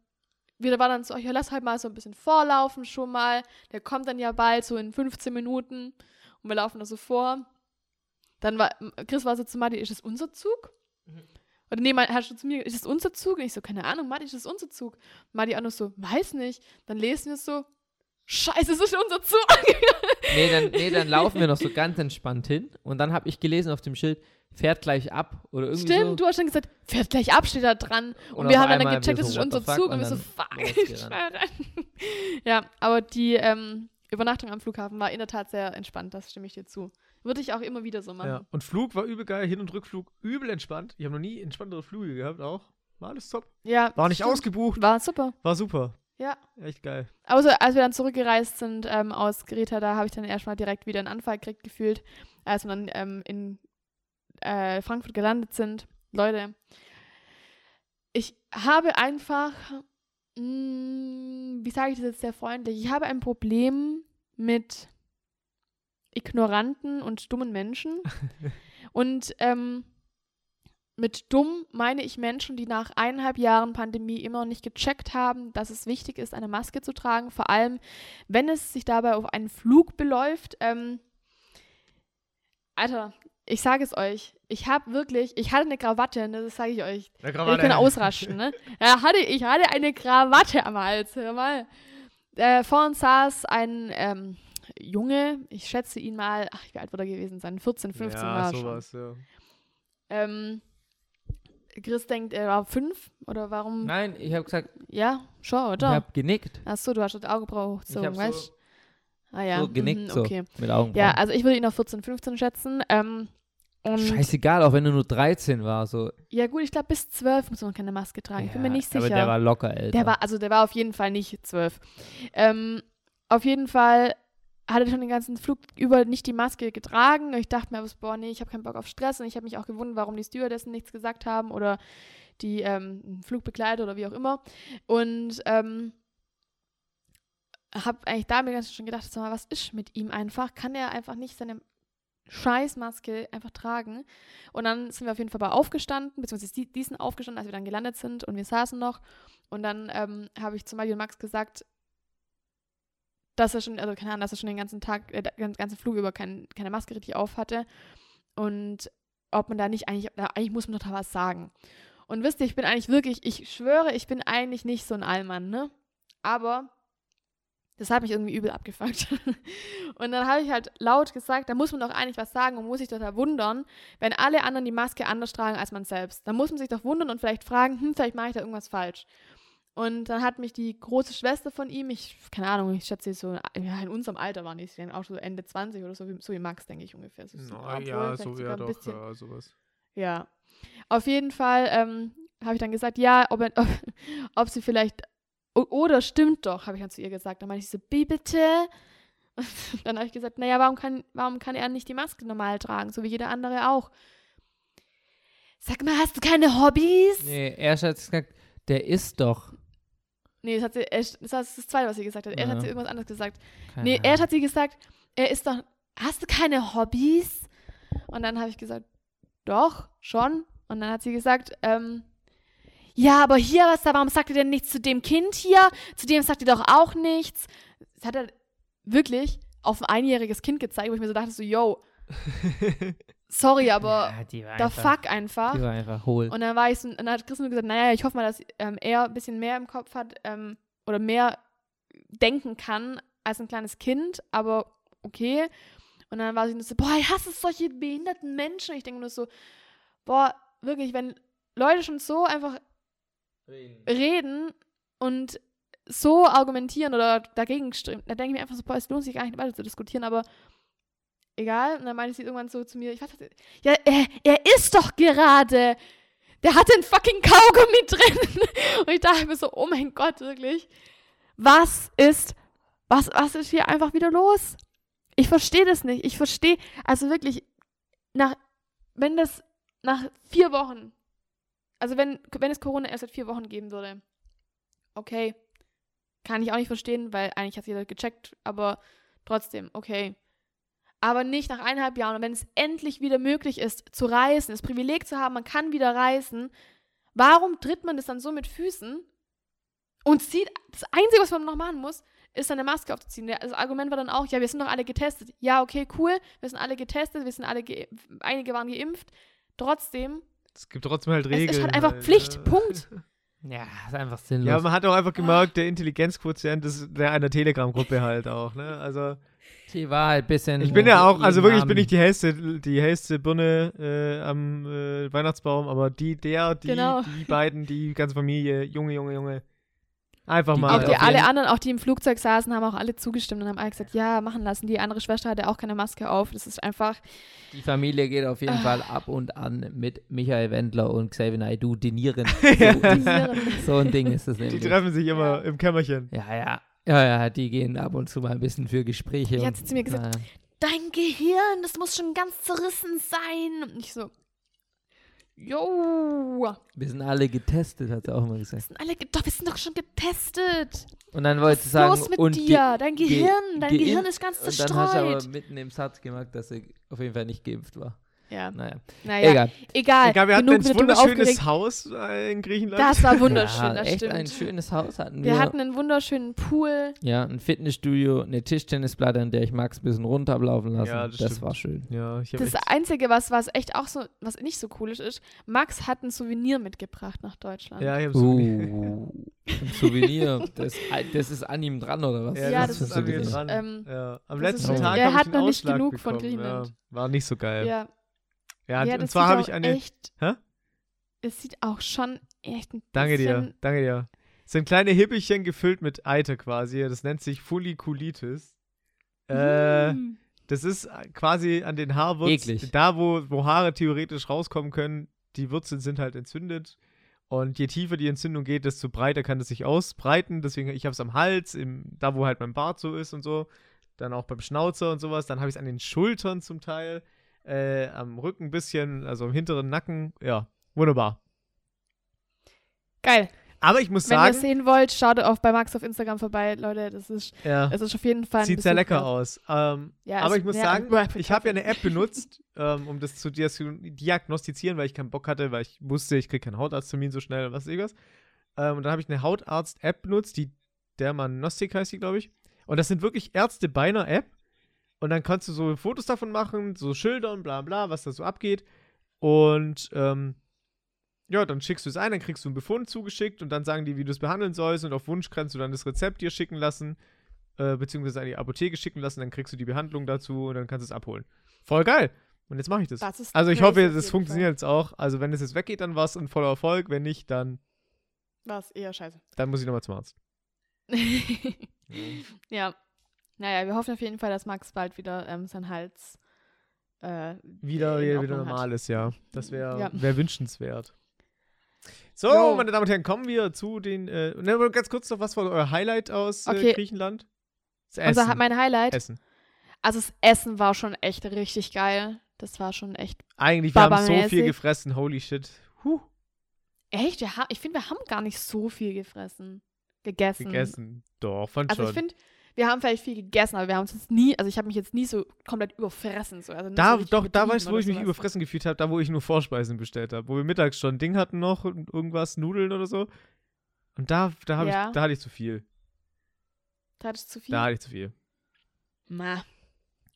Speaker 4: wir waren dann so, ja, lass halt mal so ein bisschen vorlaufen schon mal. Der kommt dann ja bald, so in 15 Minuten. Und wir laufen da so vor. Dann war, Chris war so zu Matti, ist das unser Zug? Oder nee, Matti, hast du zu mir, ist das unser Zug? Und ich so, keine Ahnung, Matti, ist das unser Zug? Und Matti auch noch so, weiß nicht. Dann lesen wir es so, scheiße, es ist unser Zug.
Speaker 1: Nee dann, nee, dann laufen wir noch so ganz entspannt hin. Und dann habe ich gelesen auf dem Schild, fährt gleich ab. Oder irgendwie
Speaker 4: Stimmt,
Speaker 1: so.
Speaker 4: du hast dann gesagt, fährt gleich ab, steht da dran. Und,
Speaker 1: Und
Speaker 4: wir
Speaker 1: auf
Speaker 4: haben dann
Speaker 1: einmal
Speaker 4: gecheckt,
Speaker 1: wir
Speaker 4: das
Speaker 1: so,
Speaker 4: ist
Speaker 1: what
Speaker 4: unser
Speaker 1: the fuck?
Speaker 4: Zug. Und
Speaker 1: Und
Speaker 4: wir so,
Speaker 1: dann
Speaker 4: fuck,
Speaker 1: losgerannt.
Speaker 4: schnell ran. ja, aber die ähm, Übernachtung am Flughafen war in der Tat sehr entspannt, das stimme ich dir zu. Würde ich auch immer wieder so
Speaker 2: Ja.
Speaker 4: machen.
Speaker 2: Und Flug war übel geil, Hin- und Rückflug übel entspannt. Ich habe noch nie entspanntere Flüge gehabt, auch. War alles top.
Speaker 4: Ja,
Speaker 2: War nicht
Speaker 4: stimmt.
Speaker 2: ausgebucht,
Speaker 4: War super,
Speaker 2: war super.
Speaker 4: ja.
Speaker 2: Echt geil.
Speaker 4: Außer als wir dann zurückgereist sind ähm, aus Greta, da habe ich dann erstmal direkt wieder einen Anfall gekriegt gefühlt, als wir dann ähm, in äh, Frankfurt gelandet sind. Leute, ich habe einfach, mh, wie sage ich das jetzt sehr freundlich, ich habe ein Problem mit ignoranten und stummen Menschen. und ähm, Mit dumm meine ich Menschen, die nach eineinhalb Jahren Pandemie immer noch nicht gecheckt haben, dass es wichtig ist, eine Maske zu tragen, vor allem wenn es sich dabei auf einen Flug beläuft. Ähm, Alter, ich sage es euch, ich habe wirklich, ich hatte eine Krawatte, ne, das sage ich euch.
Speaker 2: Da kann
Speaker 4: Ich kann ausraschen, ne? Ja, hatte, ich hatte eine Krawatte am Hals, hör mal. Äh, vor uns saß ein ähm, Junge, ich schätze ihn mal, ach, wie alt wird er gewesen sein? 14, 15
Speaker 2: ja,
Speaker 4: war er schon.
Speaker 2: sowas, ja.
Speaker 4: Ähm, Chris denkt, er war fünf oder warum?
Speaker 1: Nein, ich habe gesagt,
Speaker 4: Ja, schon,
Speaker 1: ich
Speaker 4: oder?
Speaker 1: habe genickt.
Speaker 4: Achso, du hast das Augenbrauen hochgezogen,
Speaker 1: ich habe
Speaker 4: weißt
Speaker 1: so,
Speaker 4: du? Ah ja.
Speaker 1: so genickt,
Speaker 4: mhm,
Speaker 1: so
Speaker 4: okay.
Speaker 1: mit Augenbrauen.
Speaker 4: Ja, also ich würde ihn auf 14, 15 schätzen. Ähm, und
Speaker 1: Scheißegal, auch wenn du nur 13 warst. So.
Speaker 4: ja gut, ich glaube bis 12 muss man keine Maske tragen. Ah, ich bin mir
Speaker 1: Ja,
Speaker 4: nicht sicher.
Speaker 1: Aber der war locker älter.
Speaker 4: Der war, also der war auf jeden Fall nicht zwölf. Ähm, auf jeden Fall hat er schon den ganzen Flug über nicht die Maske getragen. Und ich dachte mir, aber, boah, nee, ich habe keinen Bock auf Stress. Und ich habe mich auch gewundert, warum die Stewardessen nichts gesagt haben oder die ähm, Flugbegleiter oder wie auch immer. Und ähm, habe eigentlich da mir ganz schon gedacht, sag mal, was ist mit ihm einfach? Kann er einfach nicht seine Scheißmaske einfach tragen? Und dann sind wir auf jeden Fall bei aufgestanden, beziehungsweise die, die sind aufgestanden, als wir dann gelandet sind und wir saßen noch. Und dann ähm, habe ich zum Beispiel Max gesagt, dass er schon, also keine Ahnung, dass er schon den ganzen Tag, äh, den ganzen Flug über kein, keine Maske richtig auf hatte. Und ob man da nicht eigentlich, na, eigentlich muss man doch da was sagen. Und wisst ihr, ich bin eigentlich wirklich, ich schwöre, ich bin eigentlich nicht so ein Allmann, ne? Aber das hat mich irgendwie übel abgefuckt. und dann habe ich halt laut gesagt, da muss man doch eigentlich was sagen und muss sich doch da wundern, wenn alle anderen die Maske anders tragen als man selbst. Dann muss man sich doch wundern und vielleicht fragen, hm, vielleicht mache ich da irgendwas falsch. Und dann hat mich die große Schwester von ihm, ich, keine Ahnung, ich schätze sie so, ja, in unserem Alter waren die, die waren auch so Ende 20 oder so, wie, so wie Max, denke ich ungefähr. So,
Speaker 2: No,
Speaker 4: obwohl,
Speaker 2: ja,
Speaker 4: vielleicht
Speaker 2: so
Speaker 4: sogar
Speaker 2: ja
Speaker 4: ein
Speaker 2: doch,
Speaker 4: bisschen-
Speaker 2: ja, sowas.
Speaker 4: ja. Auf jeden Fall ähm, habe ich dann gesagt, ja, ob, ob, ob sie vielleicht. o- Oder stimmt doch, habe ich dann zu ihr gesagt. Dann meinte ich so, wie bitte? Dann habe ich gesagt, naja, warum kann, warum kann er nicht die Maske normal tragen, so wie jeder andere auch? Sag mal, hast du keine Hobbys? Nee,
Speaker 1: nee, erst hat sie gesagt, der ist doch.
Speaker 4: das, hat sie, erst- das war das Zweite, was sie gesagt hat. Er hat
Speaker 1: Ja.
Speaker 4: sie irgendwas anderes gesagt.
Speaker 1: Keine
Speaker 4: Nee,
Speaker 1: Ahnung.
Speaker 4: erst hat sie gesagt, er ist doch, hast du keine Hobbys? Und dann habe ich gesagt, doch, schon. Und dann hat sie gesagt, ähm, ja, aber hier, was da, warum sagt ihr denn nichts zu dem Kind hier? Zu dem sagt ihr doch auch nichts. Das hat er wirklich auf ein einjähriges Kind gezeigt, wo ich mir so dachte, so, yo, sorry, aber
Speaker 1: ja, die war
Speaker 4: da
Speaker 1: einfach,
Speaker 4: fuck einfach.
Speaker 1: Die war einfach hohl.
Speaker 4: Und dann war ich so, und dann hat Chris nur gesagt, naja, ich hoffe mal, dass ähm, er ein bisschen mehr im Kopf hat ähm, oder mehr denken kann als ein kleines Kind, aber okay. Und dann war sie nur so, boah, ich hasse solche behinderten Menschen. Ich denke nur so, boah, wirklich, wenn Leute schon so einfach reden und so argumentieren oder dagegen stimmen, da denke ich mir einfach so, boah, es lohnt sich gar nicht weiter zu diskutieren, aber egal. Und dann meinte sie irgendwann so zu mir, ich weiß nicht, ja, er, er ist doch gerade, der hat den fucking Kaugummi drin. Und ich dachte mir so, oh mein Gott, wirklich, was ist, was, was ist hier einfach wieder los? Ich verstehe das nicht. Ich verstehe, also wirklich, nach, wenn das nach vier Wochen also wenn, wenn es Corona erst seit vier Wochen geben würde, okay, kann ich auch nicht verstehen, weil eigentlich hat jeder gecheckt, aber trotzdem, okay. Aber nicht nach eineinhalb Jahren. Und wenn es endlich wieder möglich ist, zu reisen, das Privileg zu haben, man kann wieder reisen, warum tritt man das dann so mit Füßen und zieht, das Einzige, was man noch machen muss, ist eine Maske aufzuziehen. Der- Das Argument war dann auch, ja, wir sind doch alle getestet. Ja, okay, cool, wir sind alle getestet, wir sind alle, ge einige waren geimpft. Trotzdem
Speaker 2: Es gibt trotzdem halt
Speaker 4: es
Speaker 2: Regeln.
Speaker 4: ist halt einfach
Speaker 2: ja.
Speaker 4: Pflicht, Punkt.
Speaker 1: Ja, ist einfach sinnlos.
Speaker 2: Ja, man hat auch einfach gemerkt, der Intelligenzquotient ist der einer Telegram-Gruppe halt auch, ne? Also,
Speaker 1: die war halt ein bisschen.
Speaker 2: ich bin ja auch, also wirklich, ich bin
Speaker 1: Namen.
Speaker 2: nicht die hellste, die hellste Birne äh, am äh, Weihnachtsbaum, aber die, der, die,
Speaker 4: Genau.
Speaker 2: die beiden, die ganze Familie, Junge, Junge, Junge. Einfach
Speaker 1: Die-
Speaker 2: mal.
Speaker 4: Auch
Speaker 1: auf
Speaker 4: die
Speaker 1: jeden-
Speaker 4: alle anderen, auch die im Flugzeug saßen, haben auch alle zugestimmt und haben alle gesagt, ja, machen lassen. Die andere Schwester hatte auch keine Maske auf. Das ist einfach,
Speaker 1: Die Familie geht auf jeden Fall ab und an mit Michael Wendler und Xavier Naidoo dinieren.
Speaker 4: dinieren.
Speaker 1: So, so ein Ding ist es
Speaker 2: die
Speaker 1: nämlich.
Speaker 2: treffen sich immer im Kämmerchen.
Speaker 1: Ja, ja. Ja, ja, die gehen ab und zu mal ein bisschen für Gespräche.
Speaker 4: Die
Speaker 1: und-
Speaker 4: hat sie zu mir gesagt,
Speaker 1: naja.
Speaker 4: dein Gehirn, das muss schon ganz zerrissen sein. Und ich so, jo,
Speaker 1: wir sind alle getestet, hat sie auch immer
Speaker 4: wir
Speaker 1: gesagt.
Speaker 4: sind alle, ge- doch, wir sind doch schon getestet.
Speaker 1: Und dann wollte sie
Speaker 4: Was ist
Speaker 1: sagen,
Speaker 4: los mit
Speaker 1: und
Speaker 4: dir? Dein
Speaker 1: ge-
Speaker 4: Gehirn, dein
Speaker 1: geimpft-
Speaker 4: Gehirn ist ganz
Speaker 1: ge und dann hast du aber
Speaker 4: zerstreut.
Speaker 1: mitten im Satz gemerkt, dass sie auf jeden Fall nicht geimpft war.
Speaker 4: Ah Ja.
Speaker 1: Naja,
Speaker 4: Naja, egal.
Speaker 1: egal.
Speaker 2: Egal, wir hatten
Speaker 4: genug
Speaker 2: ein
Speaker 4: mit drüber
Speaker 2: wunderschönes
Speaker 4: aufgeregt.
Speaker 2: Haus äh, in Griechenland.
Speaker 4: Das war wunderschön,
Speaker 1: ja,
Speaker 4: das
Speaker 1: echt
Speaker 4: stimmt.
Speaker 1: ein schönes Haus hatten wir.
Speaker 4: wir hatten einen wunderschönen Pool.
Speaker 1: ja, ein Fitnessstudio, eine Tischtennisplatte, an der ich Max ein bisschen runter habe laufen lassen.
Speaker 2: Ja, das
Speaker 1: das
Speaker 2: stimmt.
Speaker 1: war schön.
Speaker 2: ja, ich hab
Speaker 4: Das
Speaker 2: echt,
Speaker 4: Einzige, was, was echt auch so, was nicht so cool ist, ist, Max hat ein Souvenir mitgebracht nach Deutschland.
Speaker 2: ja, ich hab so.
Speaker 1: Uh, ein Souvenir. Das, das ist an ihm dran, oder was?
Speaker 4: Ja, Ja, das
Speaker 1: Was
Speaker 4: ist
Speaker 1: für ein
Speaker 2: an mir
Speaker 1: Souvenir?
Speaker 2: dran.
Speaker 4: Ähm,
Speaker 2: ja. Am
Speaker 4: das
Speaker 1: ist
Speaker 2: letzten
Speaker 1: so-
Speaker 2: Tag
Speaker 4: Er
Speaker 2: hab ich
Speaker 4: hat
Speaker 2: einen
Speaker 4: noch nicht
Speaker 2: Ausschlag
Speaker 4: genug von
Speaker 2: bekommen.
Speaker 4: Griechenland.
Speaker 2: Ja, war nicht so geil. Ja,
Speaker 4: ja.
Speaker 2: und-
Speaker 4: ja,
Speaker 2: und
Speaker 4: das
Speaker 2: zwar
Speaker 4: sieht
Speaker 2: habe
Speaker 4: auch
Speaker 2: ich eine.
Speaker 4: Echt,
Speaker 2: Hä?
Speaker 4: Es sieht auch schon echt ein
Speaker 2: Danke dir,
Speaker 4: bisschen.
Speaker 2: danke dir. Es sind kleine Hippelchen gefüllt mit Eiter quasi. Das nennt sich Folliculitis. Äh,
Speaker 4: Mm.
Speaker 2: das ist äh, quasi an den Haarwurzeln,
Speaker 1: Eklig.
Speaker 2: da wo, wo Haare theoretisch rauskommen können, die Wurzeln sind halt entzündet. Und je tiefer die Entzündung geht, desto breiter kann es sich ausbreiten. Deswegen, ich habe es am Hals, im, da wo halt mein Bart so ist und so. Dann auch beim Schnauzer und sowas. Dann habe ich es an den Schultern zum Teil, äh, am Rücken ein bisschen, also am hinteren Nacken. Ja, wunderbar.
Speaker 4: Geil.
Speaker 2: Aber ich muss
Speaker 4: Wenn ihr es
Speaker 2: sagen,
Speaker 4: sehen wollt, schaut auf, bei Max auf Instagram vorbei, Leute. Das ist,
Speaker 2: ja,
Speaker 4: es ist auf jeden Fall. ein
Speaker 2: sieht sehr
Speaker 4: Besuch
Speaker 2: lecker
Speaker 4: wert.
Speaker 2: aus. Ähm,
Speaker 4: Ja,
Speaker 2: aber
Speaker 4: es-
Speaker 2: ich muss
Speaker 4: ja,
Speaker 2: sagen,
Speaker 4: Rap-
Speaker 2: ich habe ja eine App benutzt, ähm, um das zu dias- diagnostizieren, weil ich keinen Bock hatte, weil ich wusste, ich kriege keinen Hautarzttermin so schnell und was weiß ich was. Ähm, und dann habe ich eine Hautarzt-App benutzt, die Dermanostik heißt die, glaube ich. Und das sind wirklich Ärzte bei einer App. Und dann kannst du so Fotos davon machen, so Schilder und bla bla, was da so abgeht. Und ähm, ja, dann schickst du es ein, dann kriegst du einen Befund zugeschickt und dann sagen die, wie du es behandeln sollst. Und auf Wunsch kannst du dann das Rezept dir schicken lassen äh, beziehungsweise an die Apotheke schicken lassen, dann kriegst du die Behandlung dazu und dann kannst du es abholen. Voll geil. Und jetzt mache ich das.
Speaker 4: Das ist
Speaker 2: also ich
Speaker 4: crazy
Speaker 2: hoffe,
Speaker 4: auf
Speaker 2: das
Speaker 4: jeden
Speaker 2: funktioniert jetzt auch. Also wenn es jetzt weggeht, dann war es ein voller Erfolg. Wenn nicht, dann,
Speaker 4: Fall. War es eher scheiße.
Speaker 2: dann muss ich nochmal zum Arzt.
Speaker 4: ja. Naja, wir hoffen auf jeden Fall, dass Max bald wieder ähm, seinen Hals. Äh,
Speaker 2: Wieder,
Speaker 4: In
Speaker 2: wieder, wieder
Speaker 4: Ordnung hat.
Speaker 2: normal ist, ja. Das wäre
Speaker 4: Ja.
Speaker 2: wär wünschenswert. So,
Speaker 4: Jo.
Speaker 2: meine Damen und Herren, kommen wir zu den. Äh, ne, aber ganz kurz noch, was war euer Highlight aus äh,
Speaker 4: Okay.
Speaker 2: Griechenland? Das
Speaker 4: unser, Ha- mein Highlight.
Speaker 2: Essen.
Speaker 4: Also, das Essen war schon echt richtig geil. Das war schon echt.
Speaker 2: Eigentlich, wir haben so
Speaker 4: Barbarmäßig.
Speaker 2: viel gefressen. Holy shit. Huh,
Speaker 4: Echt? Wir ha ich finde, wir haben gar nicht so viel gefressen. Gegessen.
Speaker 2: gegessen. Doch, fand
Speaker 4: Also, ich
Speaker 2: schon.
Speaker 4: finde, wir haben vielleicht viel gegessen, aber wir haben uns jetzt nie. Also, ich habe mich jetzt nie so komplett überfressen. So. Also nicht so
Speaker 2: Da,
Speaker 4: richtig
Speaker 2: doch, da
Speaker 4: getrieben
Speaker 2: weißt du, wo
Speaker 4: oder
Speaker 2: ich mich
Speaker 4: sowas.
Speaker 2: überfressen gefühlt habe, da wo ich nur Vorspeisen bestellt habe, wo wir mittags schon ein Ding hatten noch und irgendwas, Nudeln oder so. Und da, da, hab
Speaker 4: Ja.
Speaker 2: ich, da hatte ich zu viel.
Speaker 4: Da hattest du zu viel.
Speaker 2: Da hatte ich zu viel.
Speaker 4: Ma,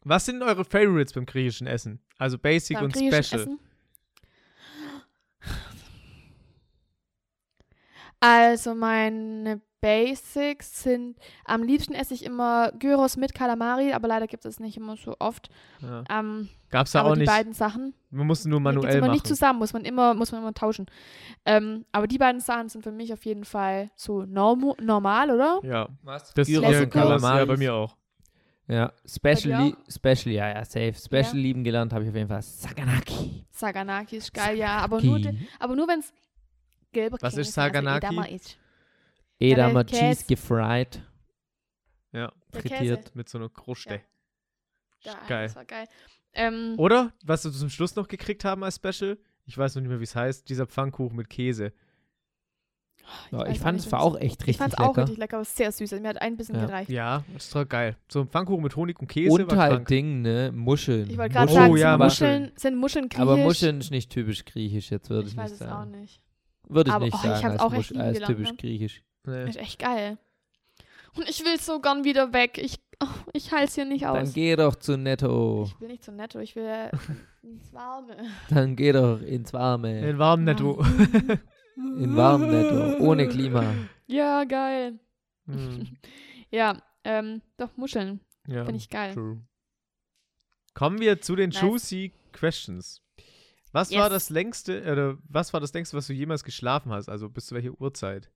Speaker 2: Was sind eure Favorites beim griechischen Essen? Also Basic
Speaker 4: beim
Speaker 2: und
Speaker 4: griechischen
Speaker 2: Special.
Speaker 4: Essen. Also meine Basics sind, am liebsten esse ich immer Gyros mit Kalamari, aber leider gibt es nicht immer so oft.
Speaker 2: Ja.
Speaker 4: Ähm,
Speaker 2: Gab's da
Speaker 4: aber
Speaker 2: auch
Speaker 4: die
Speaker 2: nicht.
Speaker 4: beiden Sachen
Speaker 2: Man musste nur
Speaker 4: die gibt's
Speaker 2: manuell
Speaker 4: immer
Speaker 2: machen.
Speaker 4: nicht zusammen, muss man immer, muss man immer tauschen. Ähm, aber die beiden Sachen sind für mich auf jeden Fall so normo normal, oder?
Speaker 2: ja,
Speaker 1: Was?
Speaker 2: das
Speaker 1: Gyros
Speaker 2: ja,
Speaker 4: Classic
Speaker 1: und
Speaker 2: Kalas- ja
Speaker 1: Kalamaris.
Speaker 2: bei mir auch.
Speaker 1: Ja, Special,
Speaker 4: Bei dir
Speaker 1: lie- Special, ja, ja, safe. Special
Speaker 4: Ja.
Speaker 1: lieben gelernt habe ich auf jeden Fall. Saganaki.
Speaker 4: Saganaki ist geil, ja, aber Oh, nur, de-
Speaker 1: Ki.
Speaker 4: aber nur wenn es gelber
Speaker 2: Was
Speaker 4: Käse,
Speaker 2: ist Saganaki?
Speaker 4: Also Edammer ist.
Speaker 1: Edamer
Speaker 4: Aber Käse-
Speaker 1: Cheese gefried.
Speaker 2: Ja,
Speaker 4: Der
Speaker 1: Frittiert.
Speaker 2: mit so einer Kruste.
Speaker 4: Ja. Ja,
Speaker 2: Geil. Oh,
Speaker 4: Das war geil. Ähm,
Speaker 2: Oder, was wir zum Schluss noch gekriegt haben als Special, ich weiß noch nicht mehr, wie es heißt, dieser Pfannkuchen mit Käse.
Speaker 1: Ja,
Speaker 4: weiß
Speaker 1: ich
Speaker 4: auch
Speaker 1: fand
Speaker 4: nicht,
Speaker 1: es war
Speaker 4: wenn's-
Speaker 1: auch echt
Speaker 4: ich
Speaker 1: richtig
Speaker 4: fand es
Speaker 1: lecker.
Speaker 4: auch richtig lecker, aber sehr süß. Also Mir hat ein bisschen
Speaker 1: Ja.
Speaker 4: gereicht.
Speaker 2: Ja, das war geil. So ein Pfannkuchen mit Honig und Käse
Speaker 1: Und
Speaker 2: war
Speaker 1: halt
Speaker 2: krank.
Speaker 1: Ding, ne? Muscheln.
Speaker 4: Ich wollte gerade
Speaker 2: Oh,
Speaker 4: sagen,
Speaker 2: ja,
Speaker 4: sind,
Speaker 1: aber,
Speaker 2: Muscheln.
Speaker 4: Muscheln, sind Muscheln griechisch?
Speaker 1: aber Muscheln ist nicht typisch griechisch, jetzt würde
Speaker 4: ich,
Speaker 1: ich,
Speaker 4: weiß
Speaker 1: nicht
Speaker 4: es auch
Speaker 1: sagen.
Speaker 4: nicht.
Speaker 1: Würde ich
Speaker 4: Aber,
Speaker 1: nicht
Speaker 4: oh, ich
Speaker 1: sagen
Speaker 4: hab's
Speaker 1: als,
Speaker 4: auch echt
Speaker 1: Musch-
Speaker 4: lieben
Speaker 1: als
Speaker 4: gelernt,
Speaker 1: typisch
Speaker 4: ne?
Speaker 1: griechisch.
Speaker 2: Nee.
Speaker 4: Ist echt geil. Und ich will so gern wieder weg. Ich, oh, ich halte es hier nicht
Speaker 1: Dann
Speaker 4: aus.
Speaker 1: geh doch zu Netto.
Speaker 4: Ich will nicht so netto, ich will äh, ins Warme.
Speaker 1: Dann geh doch ins Warme.
Speaker 2: In warmem Netto.
Speaker 1: In warmen Netto. Ohne Klima.
Speaker 4: Ja, geil.
Speaker 2: Hm,
Speaker 4: Ja, ähm, doch, Muscheln.
Speaker 2: ja,
Speaker 4: Finde ich geil.
Speaker 2: true. Kommen wir zu den
Speaker 4: Nice.
Speaker 2: Juicy Questions. Was war
Speaker 4: Yes.
Speaker 2: das längste, oder was war das längste, was du jemals geschlafen hast? Also bis zu welcher Uhrzeit?